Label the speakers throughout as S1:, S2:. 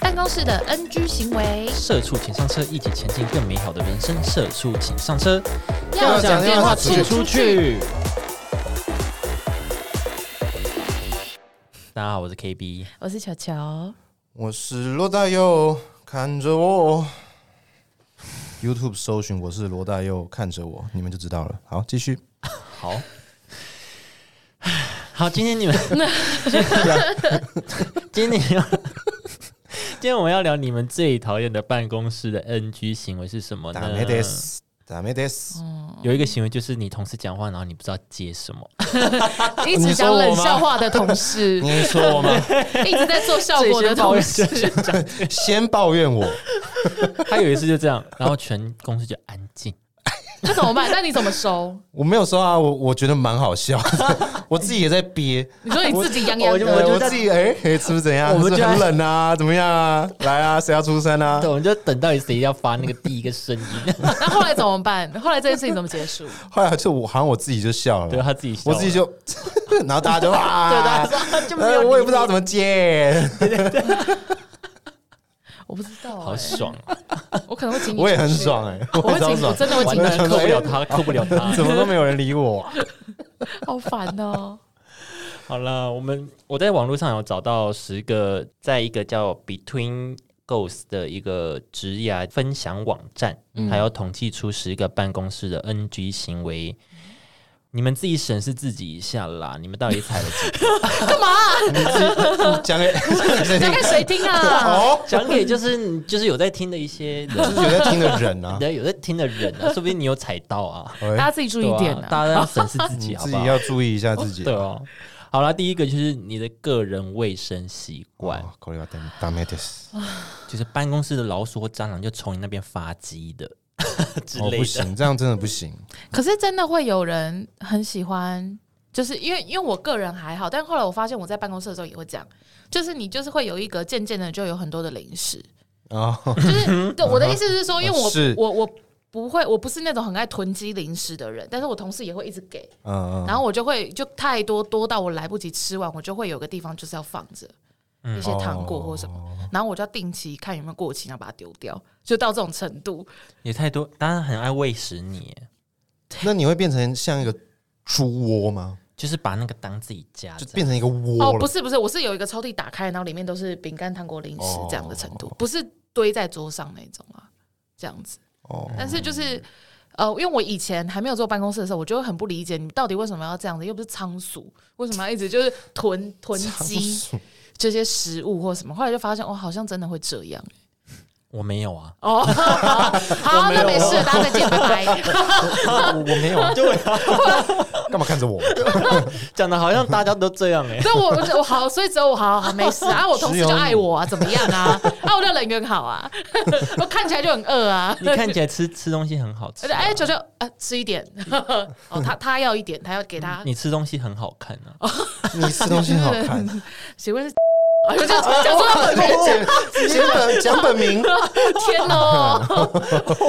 S1: 办公室的 NG 行为，
S2: 社畜请上车，一起前进更美好的人生。社畜请上车，
S1: 要讲电话请
S2: 请
S1: 出去。。
S2: 大家好，我是 KB。
S1: 我是巧巧，
S3: 我是罗大佑，看着我。YouTube 搜寻我是罗大佑，看着我，你们就知道了。好，继续。
S2: 好， 好，今 天你们，今天你要， 今天我们要聊你们最讨厌的办公室的 NG 行为是什么呢
S3: ダ？メです，ダメです。
S2: 有一个行为就是你同事讲话，然后你不知道接什么，
S1: 一直讲冷笑话的同事
S3: 你，说我吗？
S1: 一直在做效果的同事，
S3: 先抱怨我，
S2: 他有一次就这样，然后全公司就安静。
S1: 那怎么办？那你怎么收？
S3: 我没有说啊，我我觉得蛮好 笑，我自己也在憋。
S1: 你说你自己痒痒
S2: 我
S1: 的，
S2: 就
S3: 对
S2: 在
S3: 我自己哎、哎是不是怎样？
S2: 我们
S3: 是不
S2: 就
S3: 是
S2: 在
S3: 很冷啊，怎么样啊？来啊，谁要出声啊
S2: 对，？我们就等到底谁要发那个第一个声音，
S1: 那后来怎么办？后来这件事情怎么结束？
S3: 后来就我好像我自己就笑 了，
S2: 对他自己笑
S3: 我自己就， 然后大家就啊，
S2: 对大家说就没有
S3: 呃
S2: 理你
S3: 我也不知道怎么接，
S1: 我不知道、
S2: 好
S1: 欸，
S2: 爽啊！
S1: 我可能会请你，
S3: 我也很，爽哎、
S1: 我
S3: 我
S1: 会
S3: 也超
S1: 请，我
S3: 爽，
S1: 真的会
S2: 完
S1: 请
S2: 全
S1: 你，
S2: 扣不了他，扣不了他。
S3: 怎么都没有人理我、
S1: 好烦哦、
S2: 好了，我们我在网络上有找到十个，在一个叫 Between Goals 的一个职涯分享网站，还有统计出十个办公室的 NG 行为。你们自己审视自己一下啦，你们到底踩了 几个？
S1: 干嘛、
S3: 讲给
S1: 在
S3: 谁听？
S1: 看谁听啊？
S3: 哦，
S2: 讲给就是就是有在听的一些
S3: 就
S2: 人，
S3: 是 有在听的人啊，
S2: 有在听的人啊，说不定你有踩到啊。
S3: 喂
S1: 大家自己注意一点
S2: 对啊
S1: 啊！
S2: 大家要审视自己，
S3: 你
S2: 好
S3: 自
S2: 不
S3: 己
S2: 好？
S3: 要注意一下自己。
S2: 对哦。好啦，第一个就是你的个人卫生习惯，
S3: 哦，これはダメです
S2: 就是办公室的老鼠或蟑螂就从你那边发鸡的 之
S3: 哦，
S2: 类
S3: 不
S2: 的。
S3: 行，这样真的不行。
S1: 可是真的会有人很喜欢，就是因为因为我个人还好，但后来我发现我在办公室的时候也会这样，就是你就是会有一格，渐渐的就有很多的零食，
S3: 哦，
S1: 就是对我的意思是说，因为我
S3: 啊是
S1: 我我不会，我不是那种很爱囤积零食的人，但是我同事也会一直给，
S3: 嗯，
S1: 然后我就会就太多多到我来不及吃完，我就会有个地方就是要放着
S3: 嗯
S1: 一些糖果或什么，
S3: 哦
S1: 然后我就要定期看有没有过期，然后把它丢掉，就到这种程度。
S2: 也太多，当然很爱喂食你耶，
S3: 那你会变成像一个猪窝吗？
S2: 就是把那个当自己家
S3: 就
S2: 这
S3: 变
S2: 样。
S3: 成一个
S1: 哦，
S3: 窝
S1: 不
S3: 了？
S1: 是不是，我是有一个抽屉打开，然后里面都是饼干、糖果、零食
S3: 哦
S1: 这样的程度，不是堆在桌上那种啊，这样子。
S3: 哦，
S1: 但是就是。呃，因为我以前还没有做办公室的时候，我就会很不理解你到底为什么要这样子，又不是仓鼠，为什么要一直就是囤囤积这些食物或什么？后来就发现，哦，好像真的会这样。
S2: 我没有啊，
S1: 哦，好，好那没事，大家再见，拜拜。
S3: 我我没有啊，
S2: 对啊，
S3: 干嘛看着我？
S2: 讲的好像大家都这样哎。
S1: 所以我我我好，所以只有我好好没事啊，我同事就爱我啊，怎么样啊？啊，我的人缘好啊，我看起来就很饿啊。
S2: 你看起来吃吃东西很好吃，
S1: 哎，球球，啊，吃一点。 哦，他他要一点，他要给他。
S2: 你吃东西很好看啊。
S3: 你吃东西很好看，
S1: 请问是？哎呦，就讲出来本名，
S3: 直接本讲本名，
S1: 天哦！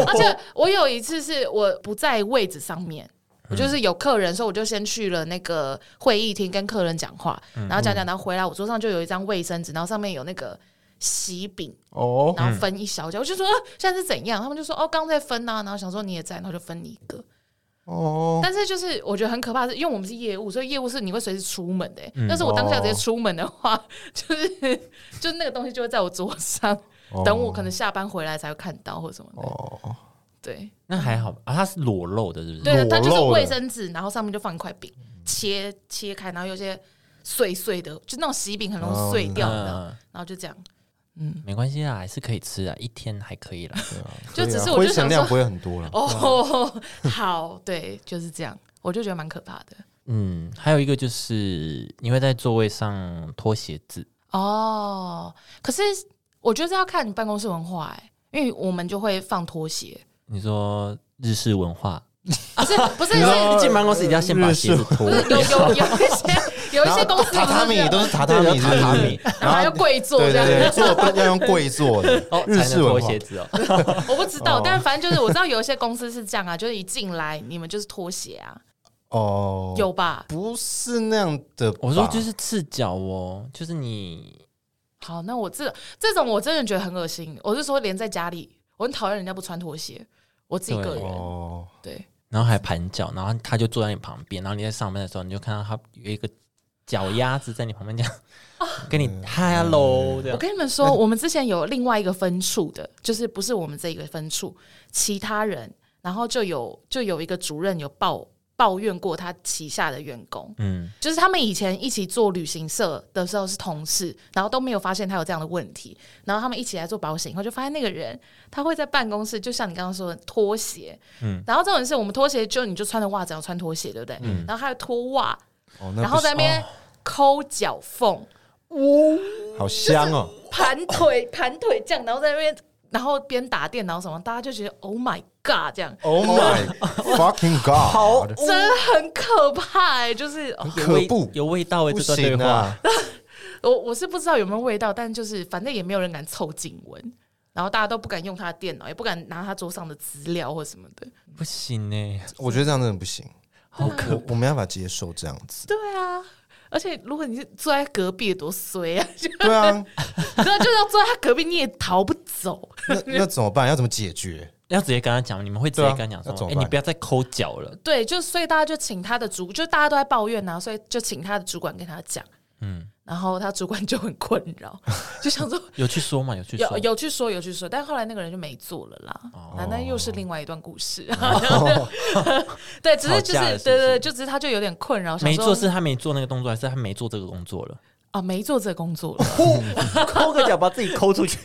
S1: 而且我有一次是我不在位置上面。我就是有客人，所以我就先去了那个会议厅跟客人讲话，然后讲讲，然后回来我桌上就有一张卫生纸，然后上面有那个喜饼，
S3: 哦，
S1: 然后分一小角，我就说、啊现在是怎样？他们就说哦，刚在分啊，然后想说你也在，然后就分你一个。
S3: 哦，
S1: 但是就是我觉得很可怕的是，因为我们是业务，所以业务是你会随时出门的、欸。
S2: 嗯
S1: 但是我当下直接
S3: 哦
S1: 出门的话，就是就那个东西就会在我桌上，等我可能下班回来才会看到或什么的。
S3: 哦，
S1: 对
S2: 那还好吧啊，它是裸露的，是不是？
S1: 对，
S3: 裸
S1: 它就是
S3: 露的
S1: 卫生纸，然后上面就放一块饼，切切开，然后有些碎碎的，就那种喜饼很容易
S3: 哦
S1: 碎掉的，
S2: 嗯，
S1: 然后就这样。
S2: 没关系啊，还是可以吃啊，一天还可以啦。
S3: 对啊
S1: 就只是
S3: 可以啊
S1: 我就
S3: 灰
S1: 想说
S3: 尘量不会很多了。
S1: 哦，好，对，就是这样，我就觉得蛮可怕的。
S2: 嗯，还有一个就是你会在座位上脱鞋子，
S1: 哦，可是我觉得这要看你办公室文化哎、因为我们就会放拖鞋，
S2: 你说日式文化，
S1: 不 是不是
S3: 你
S1: 是
S3: 说
S2: 一进办公室一定要先把鞋子脱
S1: 不 是有有有一些有一
S3: 然后
S1: 些公司
S3: 榻榻
S1: 不是这
S3: 米
S1: 样
S3: 都是榻榻米，
S2: 对榻榻米
S3: 是不是
S1: 然后还要跪坐
S3: 对
S1: 这样
S3: 对，对，坐不要用跪坐的。
S2: 哦，
S3: 日
S2: 才
S3: 式
S2: 能脱
S3: 文化
S2: 鞋子 哦。
S1: 我不知道，
S3: 哦
S1: 但反正就是我知道有一些公司是这样啊，就是一进来你们就是拖鞋啊，
S3: 哦，
S1: 有吧？
S3: 不是那样的吧？
S2: 我说就是赤脚哦，就是你
S1: 好，那我这这种我真的觉得很恶心。我是说，连在家里，我很讨厌人家不穿拖鞋。我自己个人，
S3: 哦，
S1: 对
S2: 然后还盘脚，然后他就坐在你旁边，然后你在上班的时候，你就看到他有一个脚丫子在你旁边 这样，跟你 hello
S1: 我
S2: 这样。
S1: 跟你们说，我们之前有另外一个分处的，就是不是我们这一个分处，其他人，然后就有就有一个主任有抱抱怨过他旗下的员工，
S2: 嗯，
S1: 就是他们以前一起做旅行社的时候是同事，然后都没有发现他有这样的问题。然后他们一起来做保险以后，就发现那个人他会在办公室，就像你刚刚说的拖鞋，嗯，然后这种是我们拖鞋就你就穿着袜子要穿拖鞋，对不对？然后还有脱袜，
S3: 哦那
S1: 然后
S3: 不
S1: 在
S3: 是
S1: 那边抠脚缝、
S3: 好香哦，
S1: 盘腿、盘腿这样，然后在那边，然后边打电脑什么，大家就觉得 Oh my God，这样
S3: Oh my fucking god！好
S1: 真的很可怕、欸，就是、哦
S2: 有
S3: 可
S2: 味
S3: 不
S2: 有味道诶，欸
S3: 不
S2: 这段对
S3: 行
S2: 话。
S3: 啊！
S1: 我我是不知道有没有味道，但就是反正也没有人敢凑近闻，然后大家都不敢用他的电脑，也不敢拿他桌上的资料或什么的。
S2: 不行欸呢，
S3: 我觉得这样真的不行，
S2: 好可
S3: 我我没办法接受这样子。
S1: 对啊，而且如果你是坐在隔壁，多衰啊！ 就
S3: 对啊，
S1: 对啊，就是要坐在他隔壁，你也逃不走。
S3: 那那怎么办？要怎么解决？
S2: 要直接跟他讲，你们会直接跟他讲
S3: 对啊那怎
S2: 说，
S3: 么
S2: 哎，
S3: 办
S2: 你不要再抠脚了。
S1: 对，就所以大家就请他的主，就大家都在抱怨啊，所以就请他的主管跟他讲，嗯，然后他主管就很困扰，就想说。
S2: 有去说嘛？有去
S1: 有
S2: 说。哦
S1: 有去说有去说，但后来那个人就没做了啦。啊，那又是另外一段故事。 对，只是就
S2: 吵架了
S1: 是对
S2: 是不是
S1: 对，对就只是他就有点困扰，想
S2: 没
S1: 说
S2: 做是他没做那个动作，还是他没做这个工作了？
S1: 啊，没做这个工作了，
S2: 抠个脚把自己抠出去。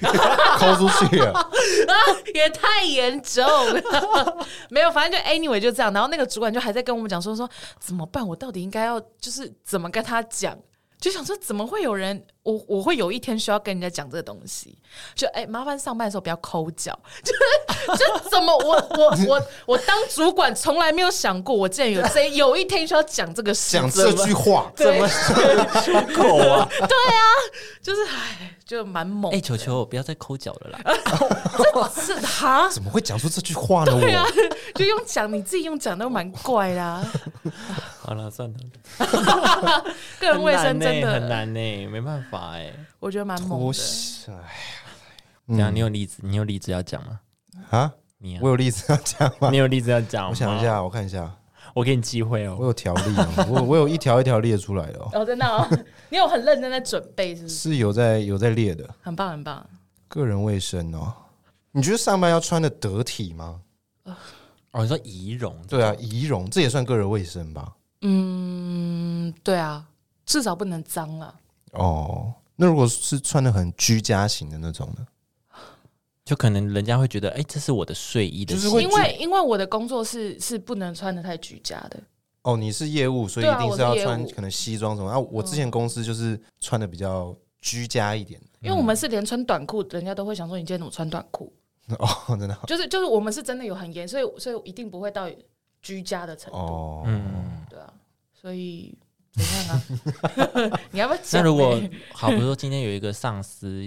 S3: 抠出去 了，
S1: 啊，也太严重了。 没有，反正就 anyway 就这样。然后那个主管就还在跟我们讲说说怎么办，我到底应该要就是怎么跟他讲。就想说，怎么会有人我我会有一天需要跟人家讲这个东西？就哎、麻烦上班的时候不要抠脚，就是就怎么我我我我当主管从来没有想过，我竟然有这有一天需要讲这个事
S3: 讲这句话，
S1: 对
S2: 怎么说口啊？
S1: 就是哎，就蛮猛
S2: 哎，，球球，不要再抠脚了啦！
S1: 哎是哈，
S3: 怎么会讲出这句话呢？
S1: 啊
S3: 我
S1: 就用讲你自己用讲都蛮怪啊啦、
S2: 好了，算了，
S1: 个人卫生
S2: 很难
S1: 真
S2: 呢
S1: 的
S2: 很，难呢，没办法哎。
S1: 欸我觉得蛮猛
S3: 我
S1: 的。
S3: 哎
S2: 这样，你有例子？你有例子要讲吗？
S3: 啊，
S2: 你啊
S3: 我有例子要讲吗
S2: 你？有例子要讲？
S3: 我想一，下，我看一下，
S2: 我给你机会哦
S3: 我。有条例哦，我我有一条一条列出来的哦，
S1: 哦，真的、哦，你有很认真在准备，是不是？
S3: 是有在有在列的。
S1: 很棒，很棒。
S3: 个人卫生哦，你觉得上班要穿的得体吗？
S2: 哦，你说仪容？
S3: 对啊，，仪容这也算个人卫生吧？
S1: 嗯，对啊，至少不能脏啊。
S3: 哦，那如果是穿的很居家型的那种呢？
S2: 就可能人家会觉得，哎，这是我的睡衣的
S3: 就是
S2: 型，
S3: 会
S1: 因为因为我的工作是是不能穿的太居家的，
S3: 哦，你是业务，所以
S1: 对
S3: 一
S1: 啊
S3: 定要
S1: 我是业
S3: 穿
S1: 务嗯
S3: 可能西装什么啊？我之前公司就是穿的比较居家一点，
S1: 因为我们是连穿短裤，人家都会想说你今天怎么穿短裤？
S3: 哦，真的
S1: 就是就是我们是真的有很严，所以所以一定不会到居家的程度，
S3: 哦，
S2: 嗯。
S1: 对啊。所以怎样啊？ 你要不要讲欸？
S2: 那如果好，比如说今天有一个上司，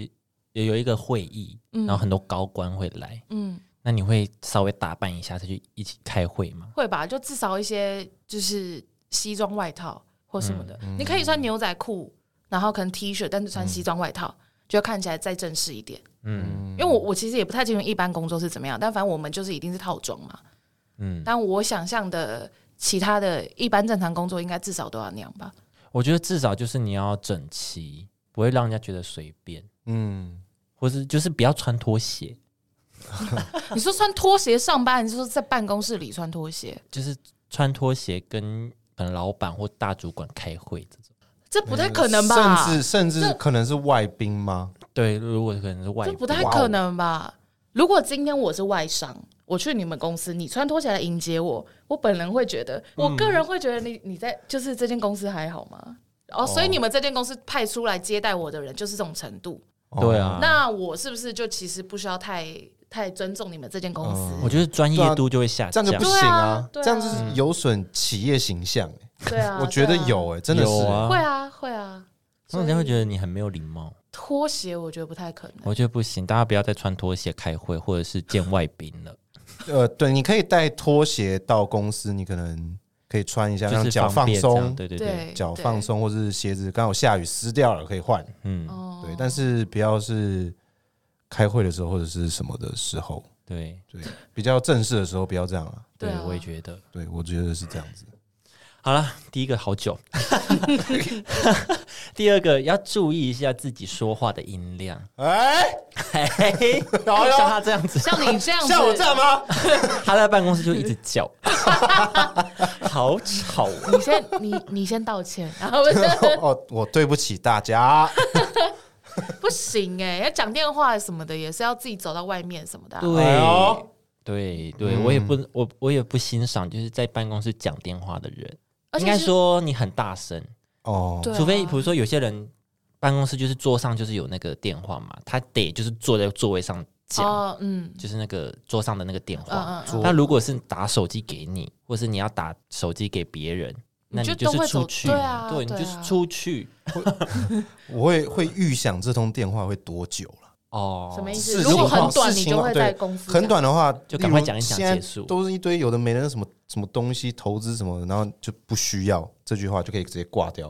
S2: 也有一个会议，然后很多高官会来，
S1: 嗯，
S2: 那你会稍微打扮一下再去一起开会吗？
S1: 会吧，就至少一些就是西装外套或什么的，你可以穿牛仔裤，然后可能 T 恤，但是穿西装外套，就看起来再正式一点。
S2: 嗯
S1: 因为我我其实也不太清楚一般工作是怎么样，但反正我们就是一定是套装嘛。
S2: 嗯，
S1: 但我想象的其他的一般正常工作，应该至少都要那样吧。
S2: 我觉得至少就是你要整齐，不会让人家觉得随便，
S3: 嗯，
S2: 或是就是不要穿拖鞋，
S1: 你说穿拖鞋上班，你是说在办公室里穿拖鞋？
S2: 就是穿拖鞋跟可能老板或大主管开会这种。
S1: 这不太可能吧？
S3: 嗯甚至甚至
S1: 这
S3: 可能是外宾吗？
S2: 对，如果可能是外
S1: 这
S2: 部
S1: 不太
S3: 哦
S1: 可能吧？如果今天我是外商，我去你们公司，你穿拖鞋来迎接我，我本人会觉得，
S3: 嗯
S1: 我个人会觉得你你在就是这间公司还好吗？哦，所以你们这间公司派出来接待我的人就是这种程度，
S3: 哦
S2: 对啊，
S1: 那我是不是就其实不需要太太尊重你们这间公司？
S2: 我觉得专业度就会下
S3: 啊这
S2: 降。
S3: 样就不行啊，
S1: 对啊对啊
S3: 这样就是有损企业形象欸。
S1: 对啊，
S3: 我觉得
S1: 对啊
S3: 有哎，真的
S2: 有
S3: 是
S2: 啊
S1: 会啊会啊，
S2: 那人家会觉得你很没有礼貌。
S1: 拖鞋我觉得不太可能。
S2: 我觉得不行，大家不要再穿拖鞋开会或 者是见外宾了。
S3: 呃，对，你可以带拖鞋到公司，你可能可以穿一下，
S2: 就
S3: 让
S2: 是
S3: 脚
S2: 方
S3: 放
S2: 便这样
S3: 松，
S2: 对对对，
S1: 对，
S3: 脚
S1: 对
S3: 放，松，或是鞋子刚好下雨湿掉了可以换。
S2: 嗯，
S1: 哦
S3: 对，但是不要是开会的时候或者是什么的时候，
S2: 对
S3: 对，比较正式的时候不要这样啊。
S1: 对
S2: 对
S1: 啊，
S2: 我也觉得。
S3: 对，我觉得是这样子。
S2: 好了，第一个好久， 第二个要注意一下自己说话的音量，
S3: 哎，
S2: 嘿嘿
S3: 好
S2: 像
S3: 了，
S2: 他这样子，
S1: 像你这样子，
S3: 像我这样吗？
S2: 他在办公室就一直 叫，好吵哦。
S1: 你先你你先道歉，然后
S3: 哦，我对不起大家。
S1: 不行哎、要讲电话什么的也是要自己走到外面什么的啊、
S2: 对、
S3: 哎呦
S2: 对对、
S3: 嗯
S2: 我也不我我也不欣赏就是在办公室讲电话的人，
S1: 而
S2: 应
S1: 且
S2: 该
S1: 是
S2: 说你很大声，
S3: 哦，
S1: 对啊
S2: 除非比如说有些人办公室就是桌上就是有那个电话嘛，他得就是坐在座位上讲。
S1: 哦，嗯，
S2: 就是那个桌上的那个电
S1: 嗯
S2: 话
S1: 嗯嗯，
S2: 那如果是打手机给你，或是你要打手机给别人，那你
S1: 就
S2: 就
S1: 都
S2: 是
S1: 会
S2: 出
S1: 走
S2: 去，
S1: 对啊
S2: 对你
S1: 对
S2: 就是
S1: 啊
S2: 出去
S3: 我会会预想这通电话会多久了。
S2: 哦。
S1: 什么意思？
S3: 是
S1: 如果
S3: 情况
S1: 很短，
S3: 是
S1: 你
S3: 情
S1: 就
S3: 况
S1: 会
S3: 对
S1: 在公司
S3: 很短的话，
S2: 就赶快
S3: 例如
S2: 讲一讲
S3: 现在
S2: 结束
S3: 都是一堆有的没的什么什么东西投资什么的，然后就不需要这句话就可以直接挂掉，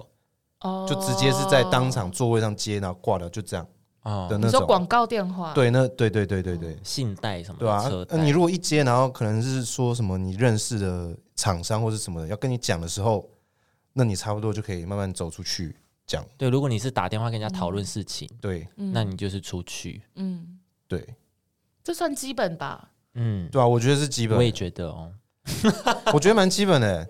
S1: 讲，哦
S3: 就直接是在当场。座位上接，然后挂掉，就这样
S2: 哦
S3: 的，那
S1: 你说
S3: 种。
S1: 广告电话，，
S3: 对，那对对对对对
S2: 信贷什么的
S3: 对吧、啊
S2: 车贷
S3: 呃你如果一接，然后可能是说什么你认识的厂商或是什么的要跟你讲的时候，那你差不多就可以慢慢走出去讲。
S2: 对，如果你是打电话跟人家讨论事情，
S3: 对
S2: 那你就是出去。
S1: 嗯，
S3: 对
S1: 这算基本吧？
S2: 嗯，
S3: 对啊，我觉得是基本
S2: 我，也觉得哦。
S3: 我觉得蛮基本的、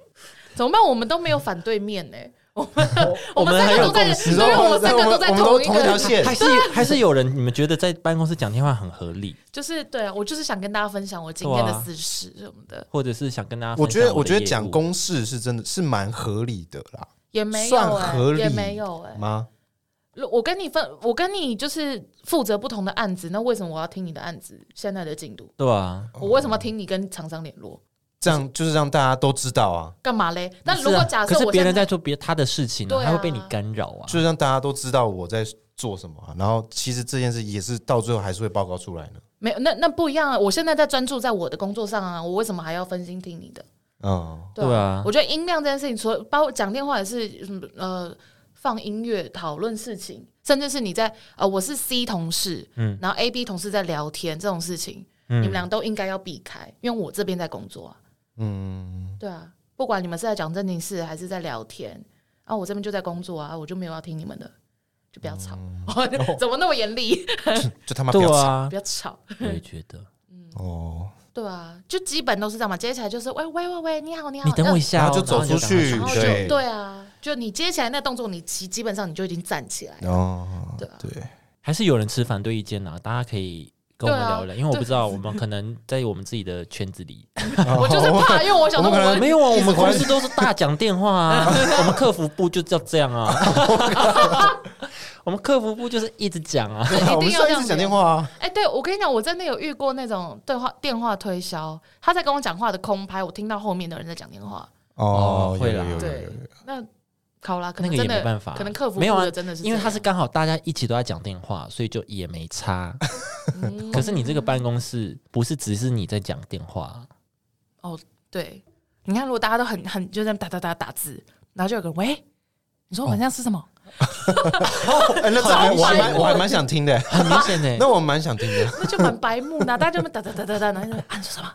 S1: 怎么办？我们都没有反对面呢、欸我们
S2: 我
S1: 们
S2: 们
S1: 三
S2: 很
S1: 个
S2: 有
S1: 都在，啊
S2: 共
S3: 你
S2: 识
S1: 对，
S3: 说
S1: 我们三个都在
S3: 我们都
S1: 一
S3: 同一条
S1: 个，
S3: 线，
S2: 还是还是有人，你们觉得在办公室讲电话很合理，
S1: 就是对啊，我就是想跟大家分享我今天
S2: 对
S1: 的
S2: 啊
S1: 私事什么的，
S2: 或者是想跟大家分享
S3: 我觉得，
S2: 我
S3: 我
S2: 的
S3: 觉得
S2: 业
S3: 讲
S2: 务
S3: 公式是真的是蛮合理的啦，
S1: 也没有、
S3: 算
S1: 哎
S3: 合理
S1: 也没有哎、
S3: 吗？
S1: 如我跟你分，我跟你就是负责不同的案子，那为什么我要听你的案子现在的进度？
S2: 对啊，
S1: 我为什么要听你跟厂商联络？
S3: 这样就是让大家都知道啊，
S1: 干嘛嘞？那
S2: 不是
S1: 如果
S2: 啊
S1: 假
S2: 可
S1: 设
S2: 是
S1: 我
S2: 别
S1: 现
S2: 人在做别他的事情、
S1: 对
S2: 啊，
S1: 啊
S2: 他会被你干扰啊。
S3: 就是让大家都知道我在做什么啊、然后其实这件事也是到最后还是会报告出来的。
S1: 没有，那那不一样啊！我现在在专注在我的工作上啊，我为什么还要分心听你的？
S3: 嗯，
S2: 对啊
S1: 我觉得音量这件事情，除了包括讲电话也是，嗯呃，放音乐讨论事情，甚至是你在呃，我是 C 同事，嗯，然后 A、B 同事在聊天这种事情，
S2: 嗯
S1: 你们俩都应该要避开，因为我这边在工作啊，嗯，对啊，不管你们是在讲正经事还是在聊天，啊，我这边就在工作啊，我就没有要听你们的，就不要吵，
S2: 嗯 哦
S1: 怎么那么严厉？
S3: 就他妈不
S2: 对
S3: 要吵
S2: 啊
S1: 不，要吵。
S2: 我也觉得。
S3: 哦，
S1: 对啊，就基本都是这样嘛。接起来就是喂喂喂喂，你好你好，
S2: 你等我
S1: 呃
S2: 一下、
S3: 然
S2: 哦，
S3: 后就走出去
S1: 然后，就
S3: 对，
S1: 对啊，就你接起来那动作，你基基本上你就已经站起来了。
S3: 哦，
S1: 对啊
S3: 对，
S2: 还是有人持反对意见啊，大家可以跟我们聊聊，
S1: 对啊
S2: 因为我不知道我们可能在我们自己的圈子里，
S1: 我就是
S3: 哦
S1: 怕，因为我想说
S3: 我们可
S1: 我
S3: 能
S2: 没有啊，我
S3: 一直
S2: 们公
S3: 关
S2: 司都是大讲电话啊，我们客服部就叫这样啊，我们客服部就是一直讲啊，
S1: 一定要
S3: 我们上一次讲电话啊，
S1: 哎、对我跟你讲，我真的有遇过那种对话电话推销，他在跟我讲话的空拍，我听到后面的人在讲电话，
S2: 哦
S3: 哦，
S2: 会啦
S3: 有有有有有
S1: 对
S3: 有，
S1: 那好啦，可
S2: 那
S1: 能
S2: 个
S1: 真
S2: 也没
S1: 的
S2: 办法啊，
S1: 可能客服
S2: 没有
S1: 部
S2: 啊
S1: 的真的是这
S2: 因
S1: 样，
S2: 为他是刚好大家一起都在讲电话，所以就也没差。
S1: 嗯
S2: 可是你这个办公室不是只是你在讲电话，
S1: 哦对，你看如果大家都很很就在打打打打字，然后就有个人喂，你
S3: 哦
S1: 说晚上吃什么？
S3: 哎，那这还我还蛮我还蛮想听 的，
S2: 很明显的、
S3: 那我蛮想听的。
S1: 那就蛮白目的啊，大家就打打打打打，然后就啊你说什么？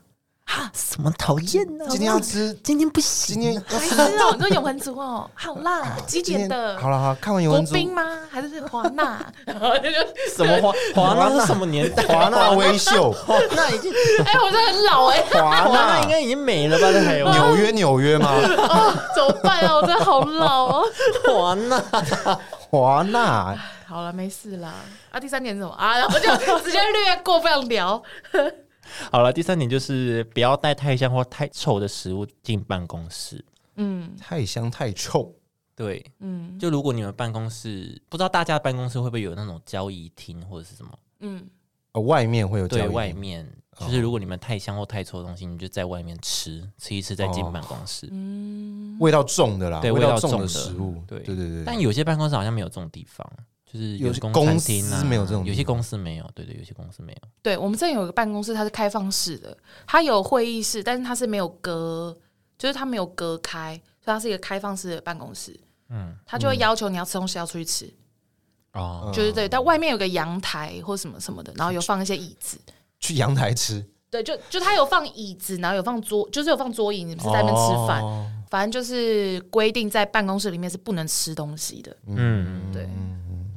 S2: 什么讨厌呢
S3: 今天要吃，
S2: 今天不行，
S3: 今天要
S1: 还
S3: 吃
S1: 是哦，你说永恒族哦，好辣，几
S3: 今
S1: 点
S3: 天
S1: 的？
S3: 好了好了，看完《永
S1: 国
S3: 文族》
S1: 宾吗？还是华纳？ 然后就
S2: 什么华华纳是什么年代？
S3: 华纳微 秀，华
S2: 那已经
S1: 哎，我真的很老哎、
S2: 华纳
S3: 纳
S2: 应该已经没了吧？在台湾
S3: 纽约纽约吗？
S1: 啊，怎么办啊？我真的好老哦。
S2: 华纳，
S3: 华纳，
S1: 好了，没事啦。啊，第三点是什么啊？然后就直接略过，不想聊。
S2: 好了，第三点就是不要带太香或太臭的食物进办公室。
S1: 嗯
S3: 太香太臭，
S2: 对，
S1: 嗯
S2: 就如果你们办公室不知道大家办公室会不会有那种交易厅或者是什么，
S1: 嗯，
S3: 呃，外面会有
S2: 对
S3: 交易哦
S2: 外面，就是如果你们太香或太臭的东西，你就在外面吃，吃一吃再进办公室。
S3: 哦
S1: 嗯
S3: 味道重的啦，
S2: 对
S3: 味
S2: 味道重
S3: 重
S2: 的
S3: 食物，
S2: 对
S3: 对对
S2: 但
S3: 对，
S2: 有些办公室好像没有这种地方，就是
S3: 有些
S2: 工
S3: 公
S2: 餐厅啊
S3: 司没有这种地方
S2: 有些公司没有，对对，有些公司没有。
S1: 对，我们这里有个办公室，它是开放式的，它有会议室，但是它是没有隔就是它没有隔开，所以它是一个开放式的办公室。嗯，他就会要求你要吃东西要出去吃，
S2: 哦，
S1: 就是对，但外面有个阳台或什么什么的，然后有放一些椅子，
S3: 去阳台吃，
S1: 对，就就他有放椅子，然后有放桌，就是有放桌椅，你们是在那边吃饭，
S3: 哦
S1: 反正就是规定在办公室里面是不能吃东西的，
S2: 嗯，
S1: 对，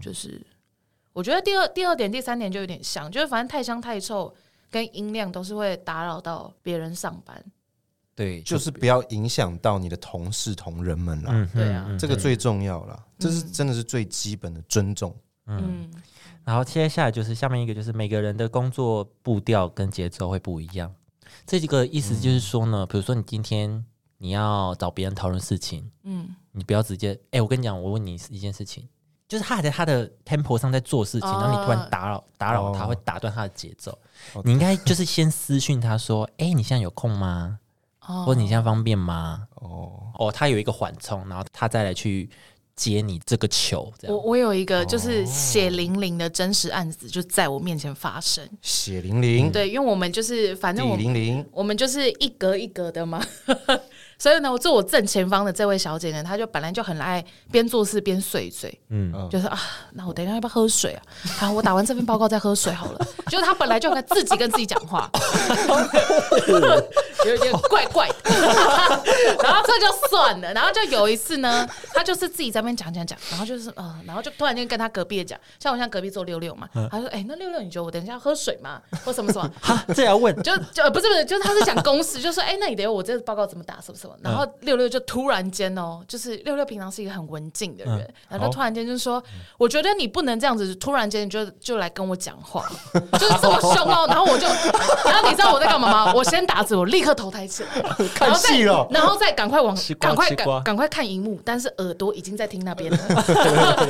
S1: 就是我觉得第二第二点、第三点就有点像，就是反正太香太臭跟音量都是会打扰到别人上班，
S2: 对，
S3: 就是不要影响到你的同事同仁们啦，
S2: 嗯，
S1: 对啊
S2: 嗯嗯
S3: 这个最重要啦，这是真的是最基本的尊重。
S1: 嗯，
S2: 然后接下来就是下面一个，就是每个人的工作步调跟节奏会不一样。这几个意思就是说呢，比如说你今天你要找别人讨论事情，
S1: 嗯
S2: 嗯，你不要直接，哎、我跟你讲，我问你一件事情，就是他还在他的 tempo 上在做事情，
S1: 哦
S2: 然后你突然打扰打扰他，
S3: 哦
S2: 会打断他的节奏。
S3: 哦
S2: 你应该就是先私讯他说，哎、你现在有空吗？
S1: 哦
S2: 或者你现在方便吗？
S3: 哦，
S2: 哦，他有一个缓冲，然后他再来去接你这个球，这
S1: 我
S2: 样。哦
S1: 我有一个就是血淋淋的真实案子就在我面前发生，
S3: 血淋
S2: 嗯
S3: 淋，
S1: 对，因为我们就是反
S3: 地
S1: 正我们
S3: 淋淋，
S1: 我们就是一格一格的嘛， 所以呢，我坐我正前方的这位小姐呢，她就本来就很爱边做事边碎嘴，
S2: 嗯，
S3: 嗯
S1: 就是啊，那我等一下要不要喝水啊？好，我打完这份报告再喝水好了。就是她本来就很爱自己跟自己讲话，有点怪怪的， 然后这就算了。然后就有一次呢，她就是自己在那边讲讲讲，然后就是嗯、呃然后就突然间跟她隔壁的讲，像我像隔壁坐六六嘛，她说哎、那六六你觉得我等一下要喝水吗？或什么什么？
S2: 哈，这也要问，
S1: 就就呃不是不是，就是他是讲公式，就说哎、那你等一下我这个报告怎么打什么什么，然后六六就突然间哦，就是六六平常是一个很文静的人，然后他突然间就说，我觉得你不能这样子，突然间就就来跟我讲话，就是这么凶哦，然后我就，然后你知道我在干嘛吗？我先打字，我立刻头抬起来，
S3: 看戏了
S1: 然后再然后再赶快往
S2: 吃瓜
S1: 赶快
S2: 吃
S1: 赶
S2: 瓜
S1: 赶快看荧幕，但是耳朵已经在听那边了。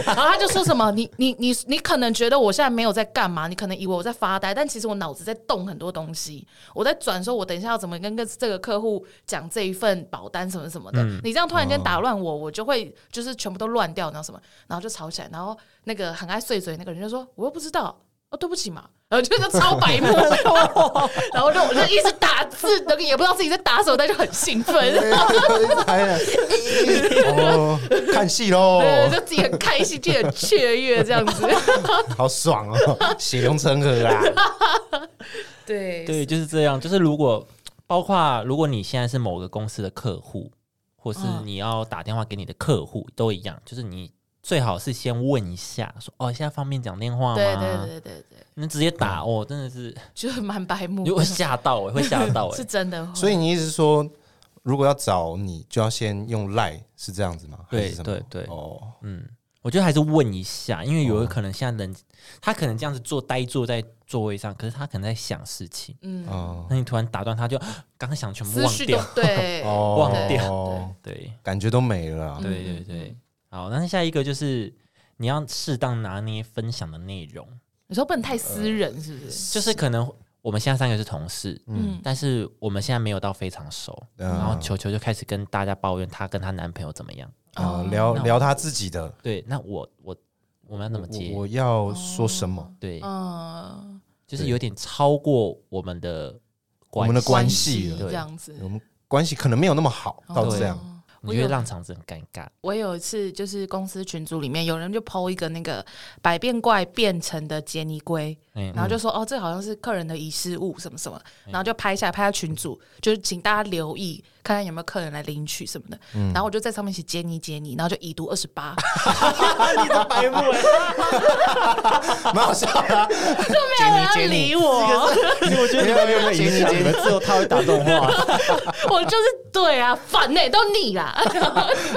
S1: 然后他就说什么，你你你你可能觉得我现在没有在干嘛，你可能以为我在发呆，但其实我脑子在动很多东西，我在转说，我等一下要怎么跟跟这个客户讲这一份保单什么什么的。你这样突然间打乱我，我就会就是全部都乱掉，然后什么，然后就吵起来，然后那个很爱碎嘴那个人就说，我又不知道。哦，对不起嘛，然后就是超白目，然后就我就一直打字，那个也不知道自己在打什么，但就很兴奋。
S3: 哎呀哦，看戏喽，
S1: 对，就自己很开心，自己很雀跃这样子。
S3: 好爽哦，血流成河啦。
S1: 对
S2: 对，就是这样。就是如果包括如果你现在是某个公司的客户，或是
S1: 嗯
S2: 你要打电话给你的客户，都一样，就是你最好是先问一下，说哦，现在方便讲电话吗？
S1: 对对对对对，
S2: 你直接打哦，真的是，
S1: 就是蛮白目
S2: 你，会吓到我，会吓到
S1: 嗯是
S2: 哎。
S1: 真
S4: 哦
S1: 的。
S3: 所以你意思是说，如果要找你，就要先用赖，是这样子吗？
S2: 对
S3: 还是什么
S2: 对对
S3: 哦，
S2: 嗯，我觉得还是问一下，因为有可能现在人他可能这样子坐呆坐在座位上，可是他可能在想事情，
S1: 嗯，
S3: 哦，
S2: 那你突然打断他就， 刚刚想全部
S1: 思
S2: 忘
S1: 绪都
S2: 掉，
S1: 对，
S3: 哦
S2: 忘掉
S3: 哦
S2: 对。
S3: 感觉都没了
S4: 嗯
S3: 啊。
S2: 对对对，好，那下一个就是你要适当拿捏分享的内容，
S1: 你说不能太私人，是不是？
S2: 就是可能我们现在三个是同事，
S1: 嗯，
S2: 但是我们现在没有到非常熟，
S3: 嗯
S2: 然后球球就开始跟大家抱怨她跟她男朋友怎么样，
S3: 啊，聊
S2: 哦那我
S3: 聊他自己的，
S2: 对，那我我我们要怎么接
S3: 我？我要说什么？
S4: 哦
S2: 对，
S1: 嗯，
S2: 就是有点超过我们的
S3: 我
S2: 关
S3: 们的
S2: 系，
S3: 关系了嗯
S1: 这样子。
S3: 我们关系可能没有那么好到这样。
S1: 哦
S2: 你就会让场子很尴尬。
S1: 我有一次就是公司群组里面有人就抛一个那个百变怪变成的杰尼龟，
S2: 嗯
S1: 然后就说哦，这好像是客人的遗失物什么什么，然后就拍下来拍到群组，就是请大家留意，看看有没有客人来领取什么的。然后我就在上面写杰尼杰尼，然后就已读二十八，
S3: 蛮好笑的啊。
S1: 没有人要理我，
S4: 我觉得你们有没有影响？你们之后他会打动话，
S1: 我就是对啊，烦呢、都你 啦，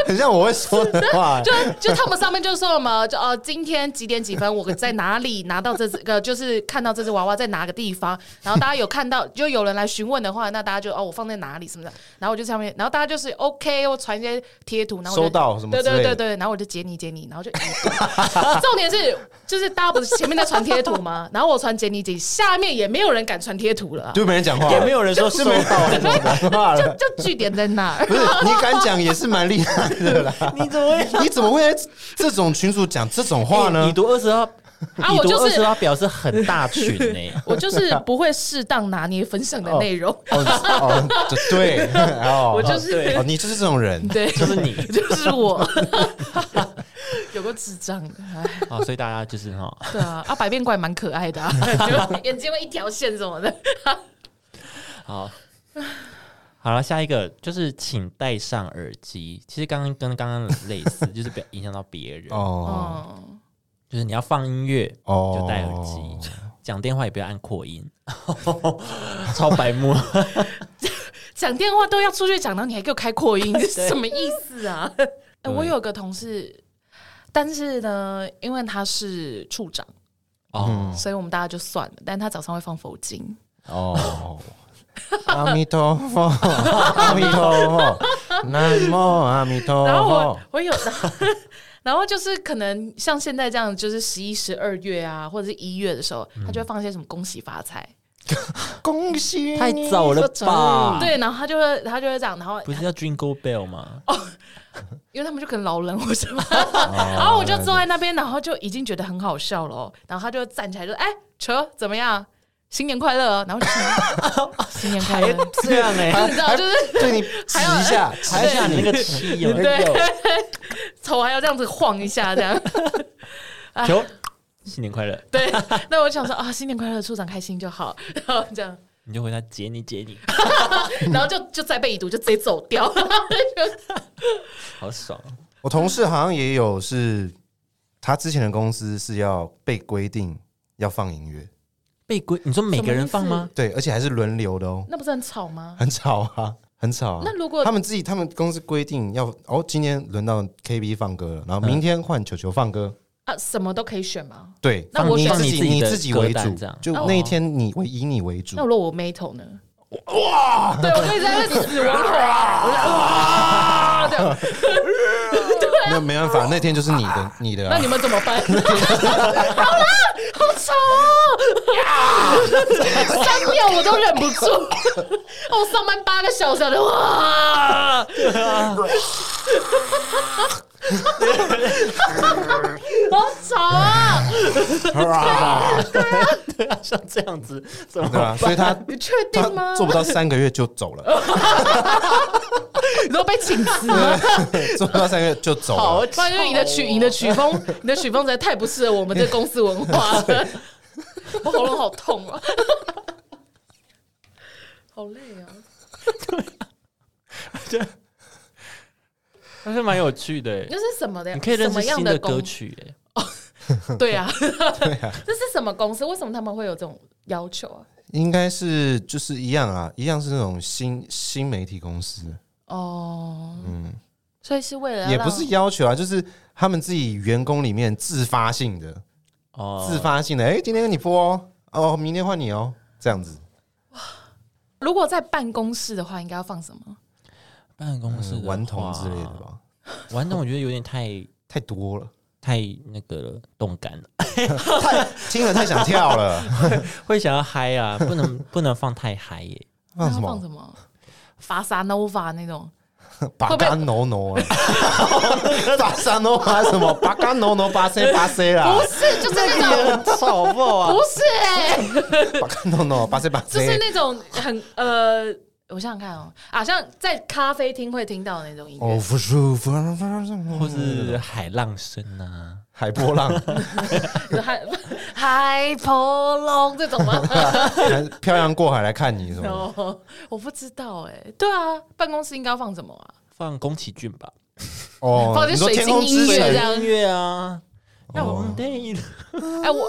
S3: 很像我会说的 话。
S1: 就就他们上面就说什么，就哦、今天几点几分，我在哪里拿到这只个，就是看到这只娃娃在哪个地方，然后大家有看到， 就有人来询问的话，那大家就哦，我放在哪里什么的，然后我就上面，然后大家就是 OK，我传一些贴图，然后我就
S3: 收到什么
S1: 对
S3: 之
S1: 对
S3: 类
S1: 对
S3: 的
S1: 对，然后我就截你截你，然后就已读 重点是就是大家不是前面在传贴图吗？然后我传截你截你，下面也没有人敢传贴图了啊、
S3: 就没人讲话，
S4: 也没有人说收到 那种的。
S3: 讲话了。
S1: 就据点在那儿。
S3: 不是你敢讲也是蛮厉害的啦，
S4: 你怎么会？
S3: 你怎么会在这种群主讲这种话
S2: 欸
S3: 呢
S2: 已？读二十二
S1: 啊，
S2: 已
S1: 我
S2: 读
S1: 就
S2: 二十
S1: 是
S2: 八表示很大群呢、
S1: 我就是不会适当拿捏分享的内容，
S3: 哦哦，这 对，哦，
S1: 我就是、
S2: 对
S3: 哦，你就是这种人，
S1: 对，
S2: 就是你
S1: 就是我， 有个智障的，哎
S2: 啊、哦，所以大家就是哈、
S1: 对啊，啊，百变怪蛮可爱的、 啊，就眼睛会一条线什么的，
S2: 好，好了，下一个就是请戴上耳机。其实刚刚跟刚刚类 似，就是不要影响到别人，
S3: 哦
S1: 嗯，
S2: 就是你要放音乐
S3: 哦，
S2: 就戴耳机，讲电话也不要按扩音， 超白目。
S1: 讲电话都要出去讲，然后你还给我开扩 音，这是什么意思啊？哎我有个同事，但是呢，因为他是处长，
S3: 嗯
S2: 哦，
S1: 所以我们大家就算了，但他早上会放佛经，
S3: 哦。阿弥陀佛， 阿弥陀佛，南无阿弥陀
S1: 然后我
S2: 哦
S3: 佛。
S1: 我有， 然后然后就是可能像现在这样，就是十一、十二月啊，或者是一月的时候，他
S2: 嗯
S1: 就会放一些什么恭喜发财，
S3: 恭喜
S2: 太早了吧？，
S1: 对，然后他就会他就会这样，然后
S2: 不是叫 Jingle Bell 吗？
S1: 因为他们就可能老人或 什么，
S2: 哦
S1: 然后我就坐在那边，然后就已经觉得很好笑了哦，然后他就站起来就哎，扯怎么样？新年快乐哦！然后就 新年快乐，
S4: 这样 哎、
S1: 你知道就是哎
S3: 对你指一下，
S2: 还是你那个哦七有没有？
S1: 头还要这样子晃一下，这样。
S2: 球，哎新年快乐！
S1: 对，那我想说啊，新年快乐，处长开心就好，然后这样。
S2: 你就回他姐你姐你，
S1: 然后就就再被已读，就直接走掉。
S2: 好爽。
S3: 我同事好像也有是，他之前的公司是要被规定要放音乐，
S2: 被规，你说每个人放
S1: 什么意
S2: 吗
S1: 思？
S3: 对，而且还是轮流的哦，
S1: 那不是很吵吗？
S3: 很吵啊，很吵啊。
S1: 那如果
S3: 他们自己，他们公司规定要哦，今天轮到 KB 放歌了，然后明天换球球放歌，
S1: 啊，什么都可以选吗？
S3: 对，
S1: 那我
S3: 你
S1: 选
S3: 自
S2: 你自己
S3: 你
S2: 的
S3: 自己为
S2: 歌
S3: 主
S2: 单这样，
S3: 就
S1: 哦
S3: 那一天你为以你为主
S1: 那，如果我 metal 呢？哇！对，我一直在那死亡口哇！这样， 啊
S3: 那没办法，那天就是你的，你的
S1: 那
S3: 啊
S1: 你。们怎么办？好 啦，好吵哦！三秒我都忍不住， 我上班八个小时的哇！ 好吵啊！
S2: 像这样子怎么
S3: 对吧？所以他
S1: 你确定吗
S3: 他？做不到三个月就走了，
S1: 你都被请辞了，
S3: 做不到三个月就走了。
S1: 不然就是你的曲，你的曲风，你的曲风实在太不适合我们这个公司文化了。 我喉咙好痛啊，好累啊！
S2: 还是蛮有趣的欸
S1: 那。是什么的呀？
S2: 你可以认
S1: 什么
S2: 识
S1: 样
S2: 新的
S1: 公
S2: 歌？曲欸，
S1: 对啊，这是什么公司？为什么他们会有这种要求啊？
S3: 应该是就是一样啊，一样是那种新新媒体公司，
S1: 哦，嗯，所以是为了要
S3: 也
S1: 让
S3: 不是要求啊，就是他们自己员工里面自发性的、
S2: 哦，
S3: 自发性的，哎、今天你播哦，哦，明天换你哦，这样子。
S1: 如果在办公室的话，应该要放什么？
S2: 办公室的
S3: 嗯顽童之类的
S2: 话。
S3: 吧，
S2: 顽童我觉得有点太
S3: 太多了，
S2: 太那个了，动感了，
S3: 太听了太想跳了。
S2: 会想要嗨啊，不能不能放太嗨耶。
S3: 放什
S1: 那要放
S3: 么？
S1: 什么？法萨诺瓦那种，
S3: 巴嘎诺 诺啊，巴萨诺啊什么？巴嘎诺诺巴塞巴塞啦
S1: 不，是，就是那种，
S2: 很吵不好啊？
S1: 不 是哎、
S3: 巴嘎诺诺巴塞巴
S1: 就是
S3: 塞。
S1: 那种很呃，我想想看哦，好像在咖啡厅会听到的那种音乐。
S3: 哦，不舒服，
S2: 或是海浪声啊，
S3: 海波 浪，
S1: 海 海波龙这种吗？
S3: 还是漂洋过海来看你什么？
S1: 哦，我不知道哎、对啊，办公室应该要放什么啊？
S2: 放宫崎骏吧，
S3: 哦
S1: 放，
S3: 你
S1: 点
S3: 说
S1: 水
S3: 天空
S1: 晶
S3: 之
S1: 音乐这
S3: 城，
S1: 样
S2: 音。乐啊，
S1: 那我
S2: 哦对
S1: 哎、我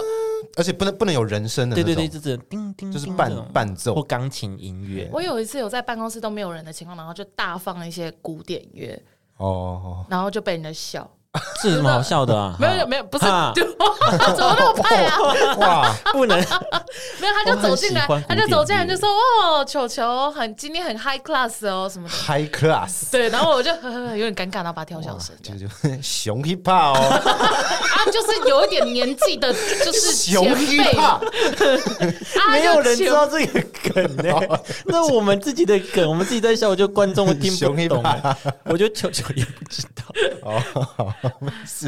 S3: 而且不能不能有人声的那
S2: 对
S3: 种，
S2: 对对，这种叮叮
S3: 就是
S2: 叮这
S3: 伴
S2: 种
S3: 伴
S2: 或
S3: 奏。
S2: 钢琴音乐，
S1: 我有一次有在办公室都没有人的情况，然后就大放一些古典乐，
S3: 哦，
S1: 然后就被人家笑。
S2: 这有什么好笑的啊？
S1: 没有没有，不是，
S2: 啊
S1: 就 怎么那么快啊？
S3: 哇，
S2: 不能，
S1: 没有，他就走进来
S2: 哦我很喜欢，
S1: 他
S2: 古典
S1: 就走进来
S2: 乐
S1: 就说：“哦，球球很今天很 high class 哦，什么的。
S3: high class，”
S1: 对，然后我就呵 呵呵有点尴尬，然后把它调小声。
S2: 啊
S3: 这个就 熊 hip hop 哦，
S1: 啊，就是有一点年纪的，就是
S3: 熊
S1: 前
S3: hip
S1: 辈嘛
S3: hop，
S1: 啊，
S2: 没有
S1: 就
S2: 人
S1: 前
S2: 知道这个梗呢、 那我们自己的梗， 我们自己在笑，我就观众会听
S3: 熊
S2: 不
S3: 一
S2: 懂、
S3: 吧
S2: 我觉得球球也不知道。
S3: 哦，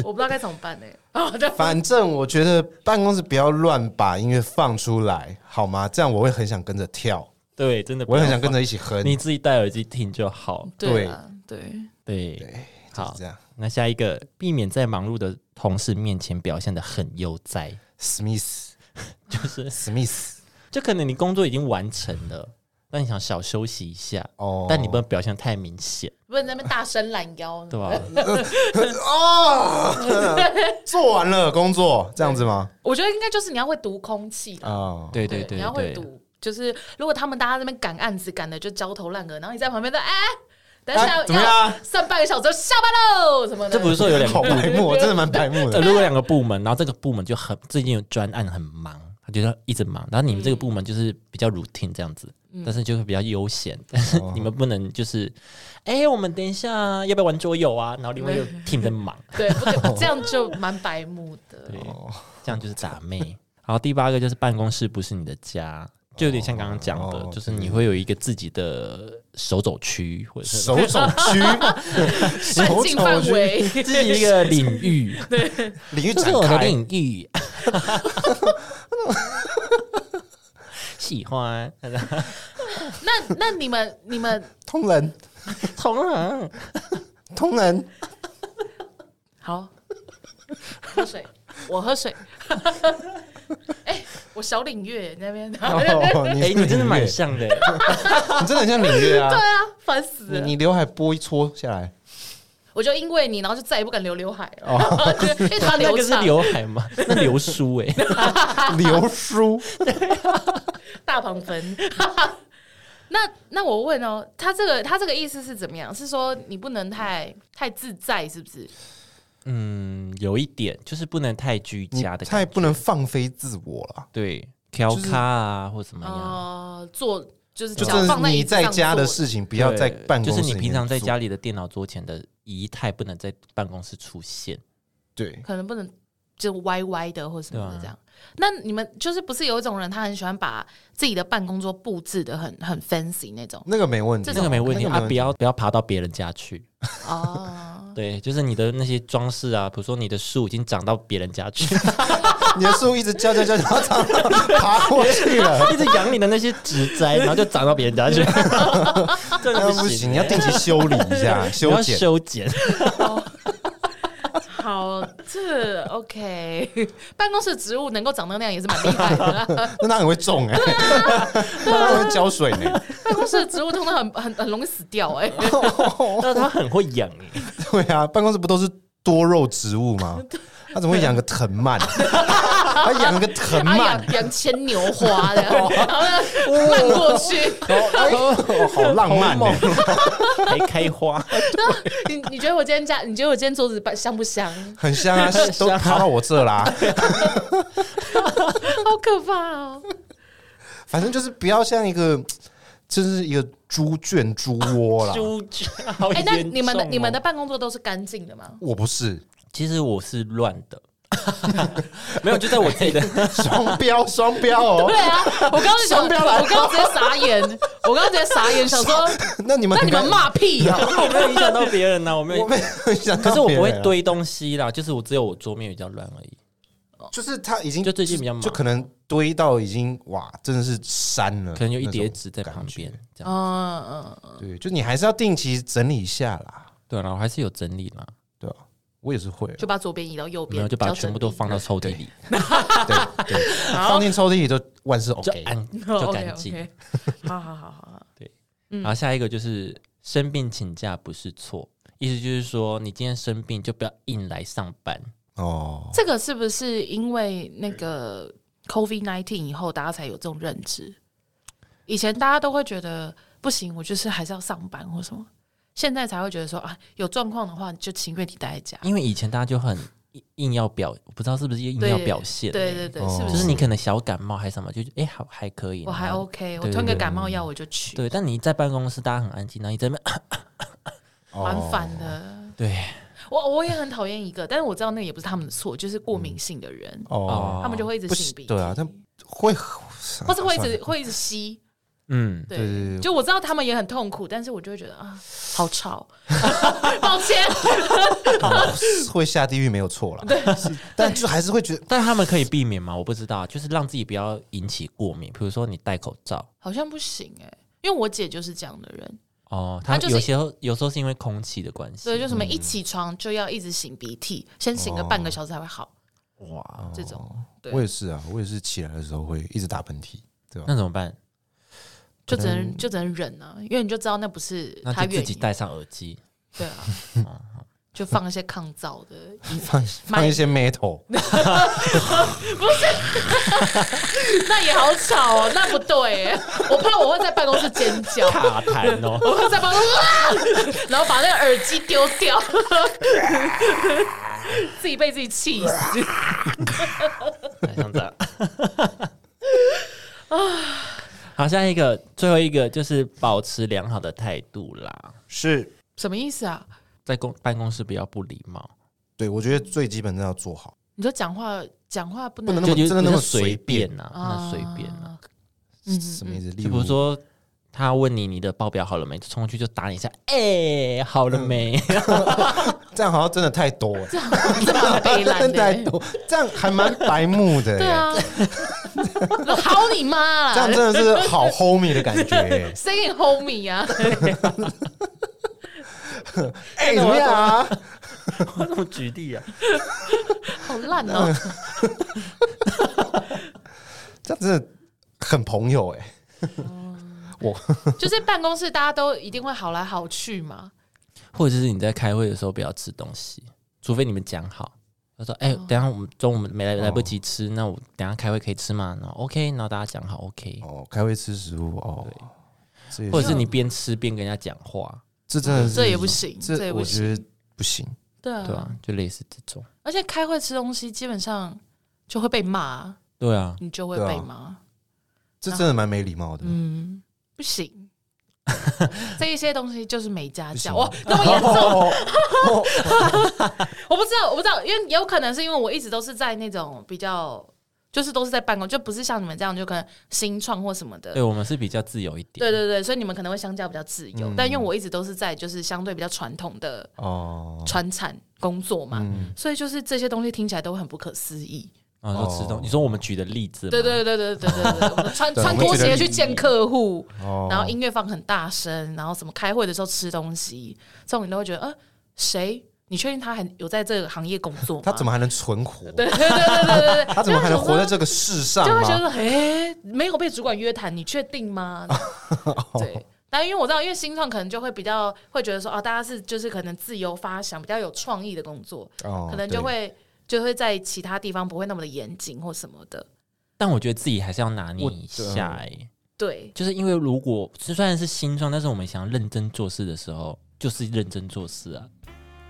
S1: 我不知道该怎么办呢、 哦，对，
S3: 反正我觉得办公室不要乱把音乐放出来，好吗？这样我会很想跟着跳，
S2: 对，真的不
S3: 我
S2: 要
S3: 也
S2: 放，
S3: 很想跟着一起哼。
S2: 你自己戴耳机听就好。
S1: 对啊，对，
S2: 对，
S3: 就是
S2: 好
S3: 这，样
S2: 那下一个，避免在忙碌的同事面前表现的很悠哉，
S3: ，Smith
S2: 就是，
S3: Smith
S2: 就可能你工作已经完成了，但你想小休息一下，
S3: 哦，
S2: 但你不能表现得太明显，
S1: 不能在那边大声懒腰，
S2: 对吧？
S3: 哦，做完了工作这样子吗？
S1: 我觉得应该就是你要会读空气啦，
S3: 哦，
S2: 对对对
S1: 你要会
S2: 对，
S1: 读。就是如果他们大家在那边赶案子，赶的就焦头烂额，然后你在旁边说：“哎、等一下、
S3: 啊怎么样
S1: 要上半个小时就下班喽，什么的。”
S2: 这不是说有两个
S3: 好
S2: 部门
S3: 白目，我真的蛮白目
S2: 呃，
S3: 的。
S2: 如果两个部门，然后这个部门就很最近有专案很忙，他觉得一直忙，然后你们这个部门就是比较 routine 这样子，
S1: 嗯
S2: 但是就会比较悠闲，但是
S3: 哦
S2: 你们不能就是，哎、我们等一下要不要玩桌游啊？然后另外 又 team 在忙，
S1: 对，不对， 这样就蛮白目的。
S3: 哦
S2: 对，这样就是打妹。好，第八个就是办公室不是你的家。就有点像刚刚讲的，
S3: 哦
S2: 就是你会有一个自己的手肘区，或者是
S3: 手肘区，
S1: 半
S3: 手
S1: 径
S3: 肘
S1: 范
S3: 区，
S1: 围，
S2: 自己一个领域，
S3: 领域
S2: 这
S3: 展
S2: 是我的
S3: 开。
S2: 领域。喜 欢，
S1: 那那你们你们
S3: 通人，
S2: 同人，
S3: 通人，
S1: 好，喝水，我喝 水。哎、我小领月那边，
S3: 哦，
S2: 哎、
S3: 你
S2: 你真的蛮
S3: 蛮，
S2: 像 的，
S3: 你真的很像领 月啊。
S1: 对啊，烦死
S3: 你
S1: 了！
S3: 你刘海拨一撮下来，
S1: 我就因为你，然后就再也不敢留刘海了，
S3: 哦
S1: 就 因为他
S2: 那
S1: 留
S2: 个是
S1: 长，
S2: 刘海 吗？那流苏哎、
S3: 流苏
S1: 大旁分。 那那我问哦，他这个他这个意思是怎么样？是说你不能太太自在，是不是？
S2: 嗯，有一点就是不能太居
S3: 你
S2: 家的
S3: 嗯太
S2: 感觉，
S3: 不能放飞自我了。
S2: 对，调
S3: 就是
S2: 咖啊或怎么样，
S1: 哦、做就是
S3: 哎就
S1: 脚
S3: 真的
S1: 放在
S3: 是
S1: 椅
S3: 你
S1: 子上
S3: 在家的
S1: 坐
S3: 事情，不要在
S2: 对
S3: 办公
S2: 就
S3: 室
S2: 是
S3: 里面做。
S2: 你平常在家里的电脑桌前的仪态不能在办公室出现，
S3: 对
S1: 可能不能就歪歪的或什么
S2: 对
S1: 的
S2: 啊
S1: 这样。那你们就是不是有一种人，他很喜欢把自己的办公桌布置的很很 fancy 那种
S3: 那个没问题
S1: 这
S2: 那，个没问题
S3: 那个没
S2: 啊，
S3: 问
S2: 不
S3: 题
S2: 要不要爬到别人家去，
S1: 哦？
S2: 对，就是你的那些装饰啊，比如说你的树已经长到别人家去，
S3: 你的树一直叫叫叫叫长到爬过去 了，
S2: 一直养你的那些植 栽，然后就长到别人家去， 这
S3: 那
S2: 个
S3: 不
S2: 不
S3: 行，
S2: 行，
S3: 你要定期修理一下，
S2: 你
S3: 修
S2: 要
S3: 剪。
S2: 修剪，
S1: 好，这 OK，办 公室植物能够长到那样也是蛮厉害的啊 啦。
S3: 那它很会种哎， 那它会浇水呢。
S1: 办公室的植物通常很很很容易死掉哎、
S2: 但是他很会养欸
S3: 对啊，办公室不都是多肉植物吗？它怎么会养个藤蔓？ 它养个藤
S1: 啊
S3: 蔓
S1: 养，养牵牛 花的，
S2: 哦
S1: 然后呢漫过去。
S3: 哦，好浪漫
S2: 哎好哦
S3: 呢
S2: 猛。 还开花，
S1: 你你觉得我今天家，你觉得我今天桌子摆香不 香？
S3: 很香啊，都爬到我这啦、
S1: 好可怕哦！
S3: 反正就是不要像一个，就是一个猪圈、猪窝啦。
S2: 猪圈好
S1: 哎、
S2: 严
S1: 那
S2: 重
S1: 你们的
S2: 哦
S1: 你们的，办公桌都是干净的吗？
S3: 我不是
S2: 其实我是乱 的，没有就在我自己的，
S3: 双标，双标哦
S1: 对。啊，我刚刚就想，我刚刚直接傻眼，我刚刚直接傻眼，想说
S3: 那你们
S1: 那你们骂屁啊呀、
S2: 我没有影响到别人啊 呐，我没
S3: 我
S2: 有。
S3: 没有想到
S2: 可是我
S3: 别
S2: 不会
S3: 人啊，
S2: 堆东西啦，就是我只有我桌面比较乱而已。
S3: 就是他已经
S2: 就最近比较忙
S3: 就可能堆到已经哇，真的是山了，
S2: 可能有一叠
S3: 那种
S2: 纸在旁边
S3: 感觉。，
S2: 这样
S1: 嗯嗯，
S3: 对，就你还是要定期整理一下啦，
S2: 对啊然后还是有整理啦，
S3: 对吧、我也是会啊，
S1: 就把左边移到右边，
S2: 然后就把
S1: 比较
S2: 全部都放到抽屉里，
S3: 对对，放进抽屉里就万事
S2: 就
S3: OK。
S2: 安
S1: 整理。
S2: 就干净。
S1: 哦 OK，OK 好好好好好，嗯
S2: 然后下一个就是生病请假不是错，意思就是说你今天生病就不要硬来上班。
S3: 哦，
S1: 这个是不是因为那个 COVID nineteen 以后，大家才有这种认知？以前大家都会觉得不行，我就是还是要上班或什么，现在才会觉得说啊，有状况的话就情愿你待在家。
S2: 因为以前大家就很硬硬要表，我不知道是不是硬
S1: 对
S2: 要表现、
S1: 对对对，是不
S2: 就是
S1: 是？
S2: 你可能小感冒还是什么，就哎、诶好还可以，
S1: 我还
S2: 然后
S1: OK，我
S2: 对
S1: 吞个
S2: 对
S1: 感冒药我就去，
S2: 对，但你在办公室大家很安静，然后你在那 边
S1: 蛮烦的。
S2: 对
S1: 我我也很讨厌一个，但是我知道那也不是他们的错，就是过敏性的人，
S3: 哦，
S1: 他们就会一直
S3: 不
S1: 擤
S3: 行
S1: 鼻，涕，
S3: 对啊，但会
S1: 或是会一
S3: 算了
S1: 直会一直吸，
S2: 嗯，
S1: 对
S3: 对对对
S1: 就我知道他们也很痛苦，但是我就会觉得啊，好吵， 抱歉，
S3: 会下地狱没有错啦。是但就还是会觉得
S2: 但他们可以避免吗？我不知道，就是让自己不要引起过敏，比如说你戴口罩。
S1: 好像不行哎、因为我姐就是这样的人，
S2: 哦，
S1: 他
S2: 他
S1: 就是
S2: 有些候有时候是因为空气的关系，
S1: 所以就什么一起床就要一直擤鼻涕，先擤个半个小时才会好，
S2: 哇，
S1: 这种对
S3: 我也是啊，我也是起来的时候会一直打喷嚏，对吧？
S2: 那怎么办？
S1: 就只能就只能忍啊，因为你就知道那不是
S2: 那
S1: 她
S2: 就
S1: 愿
S2: 自
S1: 意
S2: 己，戴上耳机，
S1: 对啊，就放一些抗噪的衣服，
S3: 放放一些 metal，
S1: 那也好吵哦，那不对哎、我怕我会在办公室尖叫。
S2: 卡痰哦。
S1: 我会在办公室 啊，然后把那个耳机丢掉，自己被自己气死。
S2: 像这样。好，下一个，最后一个就是保持良好的态度啦，
S3: 是
S1: 什么意思啊？
S2: 在公办公室不要不礼貌，
S3: 对我觉得最基本的要做好，
S1: 你说讲话讲话不
S3: 不
S1: 能
S3: 能那么
S2: 就
S3: 真的那么
S2: 随
S3: 随
S2: 便
S3: 便
S2: 呐、
S1: 啊
S2: 那随便呐、
S1: 嗯
S3: 什么意思？例
S2: 就比如说他问你你的报表好了没，就冲过去就打你一下，哎、好了没？
S3: 这样好像真的太多 了，
S1: 这么悲
S3: 真
S1: 蓝
S3: 的 太
S1: 的。
S3: 多，这样还蛮白目的耶。 欸
S1: 对啊，好你妈
S3: 这样
S1: 啦，
S3: 真的是好 homie 的感 觉欸耶。
S1: 谁给你 homie 啊？
S3: 哎，怎么样啊？
S2: 我怎么举例啊？
S1: 好烂哦！
S3: 这样真的很朋友哎。
S1: 就是办公室大家都一定会好来好去嘛。
S2: 或者是你在开会的时候不要吃东西，除非你们讲好。他说：“哎、等一下我们中午没来来不及吃，那我等一下开会可以吃吗？”然后 OK，然后大家讲好 OK，
S3: 哦，开会吃食物哦，这也
S2: 或者是你边吃边跟人家讲话，
S3: 这真的是
S1: 这也不行这也
S3: 嗯这
S1: 不
S3: 我
S1: 行
S3: 觉得不行。
S1: 对啊，
S2: 对啊，就类似这种。
S1: 而且开会吃东西基本上就会被骂，
S2: 对啊，
S1: 你就会
S3: 对啊
S1: 被骂。
S3: 这真的蛮没礼貌的。
S1: 嗯，不 行。这一些东西就是没家
S3: 不行
S1: 教，哇，那么严重，
S3: 哦，
S1: 我不知道，我不知道，因为有可能是因为我一直都是在那种比较，就是都是在办公，就不是像你们这样，就可能新创或什么的
S2: 对。我们是比较自由一点。
S1: 对对对，所以你们可能会相较比较自由，
S3: 嗯
S1: 但因为我一直都是在就是相对比较传统的
S3: 哦，
S1: 传产工作嘛，
S3: 嗯
S1: 所以就是这些东西听起来都会很不可思议。
S2: 然后说吃东，
S3: 哦
S2: 你说我们举的例子，
S1: 对，对对对对对对，我们穿
S3: 对
S1: 穿
S3: 我们
S1: 拖
S3: 觉得
S1: 鞋去见客户，
S3: 哦
S1: 然后音乐放很大声，然后什么开会的时候吃东西，这种你都会觉得，呃，谁？你确定他还有在这个行业工作吗？
S3: 他怎么还能存活？
S1: 对？ 对对对对对对，
S3: 他怎么还能活在
S1: 这？
S3: 这个世上
S1: 就会觉
S3: 吗？
S1: 得，哎、没有被主管约谈，你确定 吗？对。但因为我知道，因为新创可能就会比较会觉得说，哦，大家是就是可能自由发想，比较有创意的工作，
S3: 哦
S1: 可能就会就会在其他地方不会那么的严谨或什么的。
S2: 但我觉得自己还是要拿捏
S3: 我
S2: 一下、
S3: 啊
S2: 哎，
S1: 对，
S2: 就是因为如果虽然是新装，但是我们想要认真做事的时候，就是认真做事啊。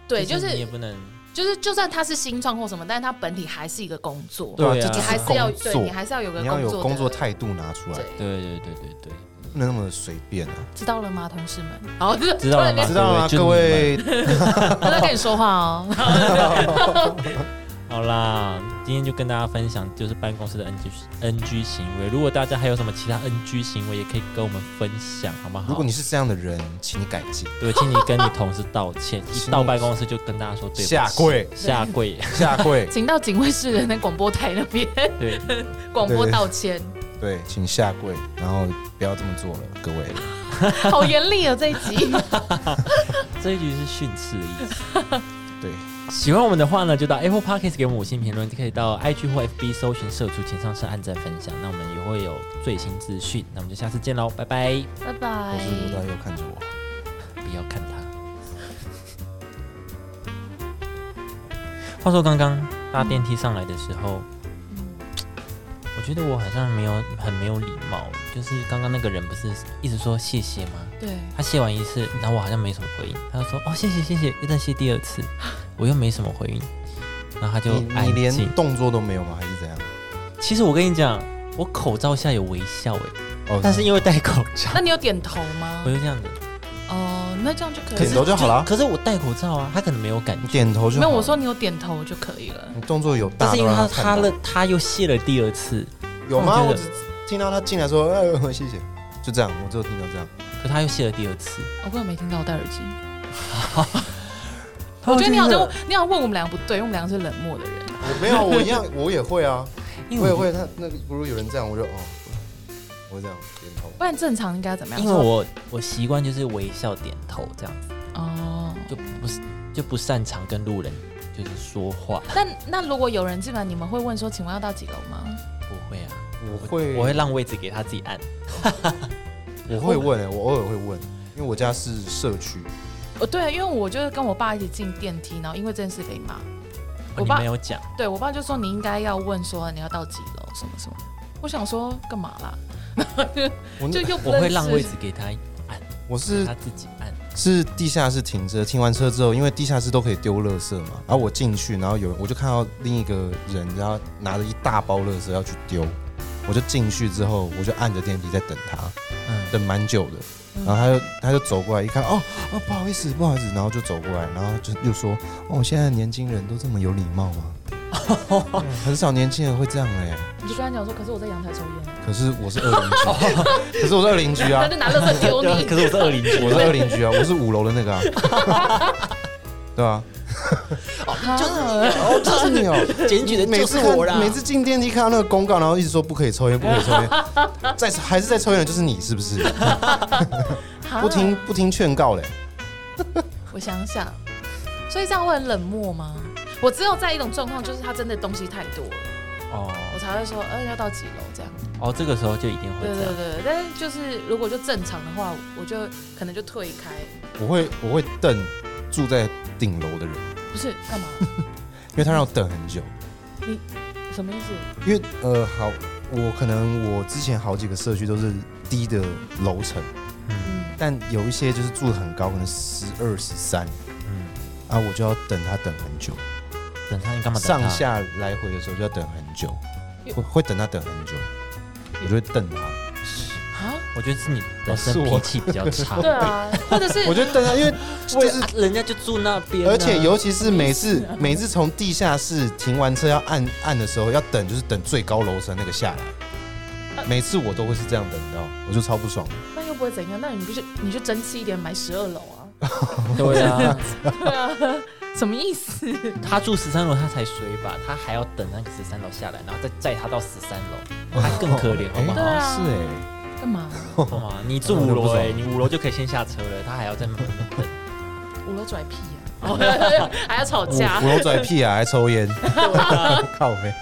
S1: 对，就
S2: 你
S1: 是
S2: 也不能
S1: 就是，就算他是新创或什么，但是他本体还是一个工作，
S2: 对啊
S3: 对啊，这
S1: 你
S3: 就
S1: 还
S3: 是
S1: 是要
S3: 工
S1: 对你
S3: 作，
S1: 还是要有个
S3: 你要有工作
S1: 的
S3: 态度啊拿出来
S1: 对，，
S2: 对对对对对，
S3: 不能那么随便啊。
S1: 知道了吗，同事们？好，知
S2: 知道了吗
S3: 知道吗？各
S2: 各位
S3: 位，
S1: 我在跟你说话哦。，
S2: 好啦，今天就跟大家分享就是办公室的 NG NG 行为。如果大家还有什么其他 NG 行为，也可以跟我们分享，好不好？
S3: 如果你是这样的人，请你改进，
S2: 对，请你跟你同事道歉， 一
S3: 请
S2: 到
S3: 你
S2: 办公室就跟大家说对不起，
S3: 下跪，
S2: 下 跪，
S3: 下跪
S1: 请到警卫室的那广播台那边
S2: 对。
S1: 广播
S3: 对
S1: 道歉。
S3: 对，请下跪，然后不要这么做了，各位。
S1: 好严厉啊！这一 集
S2: 这一局是训斥的意思。
S3: 对，
S2: 喜欢我们的话呢，就到 Apple Podcast 给我们五星评论，可以到 IG 或 FB 搜寻“社畜情商社”按赞分享。那我们也会有最新资讯，那我们就下次见喽，拜拜！
S1: 拜拜
S3: 我
S2: 哎
S3: 是罗大佑，看着我。
S2: 不要看他。话说刚刚搭电梯上来的时候，
S3: 嗯
S2: 我觉得我好像没有很没有礼貌，就是刚刚那个人不是一直说谢谢吗？
S1: 对，
S2: 他谢完一次，然后我好像没什么回应，他就说哦谢谢谢谢，又再谢第二 次，我又没什么回应，然后他就
S3: 你你
S2: 安静
S3: 连。动作都没有吗？还是怎样？
S2: 其实我跟你讲，我口罩下有微笑哎，
S3: 哦
S2: 但是因为戴口罩，
S1: 那你有点头吗
S2: 我？就这样子，
S1: 哦，那这样就可以
S3: 点
S1: 了。
S3: 头就好了，
S2: 可是我戴口罩啊，他可能没有感
S3: 你
S2: 觉，
S3: 点头就好。
S1: 没有，我说你有点头就可以了。
S3: 你动作有大
S2: 但
S3: 都
S2: 是因为
S3: 让
S2: 他
S3: 看
S2: 他
S3: 到，
S2: 了他又谢了第二次，
S3: 有吗？
S2: 我
S3: 我
S2: 觉
S3: 只听到他进来说，呃，谢谢。 就这样，我只有听到这样。
S2: 可他又谢了第二次。
S1: 我根本没听到，我戴耳机。
S3: 哦
S1: 哦我觉得你好像你好像问我们两个不对，因为我们两个是冷漠的人。
S3: 我没有，啊我一样，我也会啊，
S2: 因
S3: 我
S2: 为
S3: 也
S2: 我
S3: 会。他那个不如有人这样，我就哦，我这样点头。
S1: 不然正常应该怎么样？
S2: 因为我我习惯就是微笑点头这样子，
S1: 哦，
S2: 就不是就不擅长跟路人就是说话。
S1: 但那如果有人进来，你们会问说，请问要到几楼吗？
S2: 不会啊，
S3: 我会，
S2: 我会让位置给他自己按。
S3: 我会问、欸，我偶尔会问，因为我家是社区，
S1: 哦，对，因为我就是跟我爸一起进电梯，然后因为这件事被骂。
S2: 哦
S1: 我
S2: 你
S1: 爸
S2: 没有讲，
S1: 对我爸就说你应该要问说你要到几楼什么什么。我想说干嘛啦？
S3: 我
S1: 就又不
S2: 嗯我
S1: 认识
S2: 会让位置给他按，
S3: 我
S2: 给
S3: 是
S2: 他自己按。
S3: 是地下室停车，停完车之后，因为地下室都可以丢垃圾嘛，然后我进去，然后有人我就看到另一个人，然后拿着一大包垃圾要去丢，我就进去之后，我就按着电梯在等他，
S2: 嗯，
S3: 等蛮久的，
S1: 嗯
S3: 然后他就他就走过来一看，哦哦，不好意思不好意思，然后就走过来，然后就又说，哦，现在年轻人都这么有礼貌 吗？嗯很少年轻人会这样哎、
S1: 你就跟他讲说，可是我在阳台抽烟，
S3: 可是我是二邻居， 可是我是二邻居啊
S1: 他就，拿垃圾丢你。
S2: 可是 我是二邻居，
S3: 我 是二邻居啊，我是五楼的那个啊， 对啊，
S1: 就是
S3: 哦，就是你哦。
S4: 检举的
S3: 每
S4: 就
S3: 次
S4: 是
S3: 看
S4: 我啦。
S3: 每次进电梯看到那个公告，然后一直说不可以抽烟，不可以抽 烟，在还是在抽烟的就是你是不是？不听。不听劝告嘞，
S1: 我想想，所以这样会很冷漠吗？我只有在一种状况，就是他真的东西太多了，我
S2: 哦
S1: 才会说，嗯、要到几楼这样。
S2: 哦，这个时候就一定会
S1: 对
S2: 这
S1: 对
S2: 样。
S1: 对，对但是就是如果就正常的话，我就可能就退开，
S3: 我会我会瞪住在顶楼的人，
S1: 不是干 嘛？
S3: 因为他让我等很久。
S1: 什么意思？
S3: 因为呃，好，我可能我之前好几个社区都是低的楼层，
S2: 嗯
S1: 嗯，
S3: 但有一些就是住的很高，可能十二十三
S2: 嗯，
S3: 啊，我就要等他等很久，
S2: 等他，你干嘛等他？
S3: 上下来回的时候就要等很久，会会等他等很久，我就会瞪他。
S1: 啊，
S2: 我觉得是你本身
S3: 哦是我
S2: 脾气比较 差。
S1: 对啊，或者是
S3: 我就瞪他，因为
S2: 我
S3: 就
S2: 也
S3: 是
S2: 啊人家就住那边啊，
S3: 而且尤其是每次每次从地下室停完车要按按的时候，要等就是等最高楼层那个下来，每次我都会是这样等到，我就超不爽的。
S1: 那又不会怎样，那你不就你就争气一点，买十二楼啊？
S2: 对 啊，
S1: 对啊， 什么意思？
S2: 他住十三楼，他才水吧，他还要等那个十三楼下来，然后再载他到十三楼，他更可 怜，好不
S3: 哎
S1: 对
S2: 好？
S1: 啊
S3: 是哎、
S1: 干嘛？啊
S2: 哇，你住五楼哎，你五楼就可以先下车了，他还要在门口等。
S1: 五楼拽屁啊！还要吵架
S3: 五？五楼拽屁啊，还抽烟，靠背。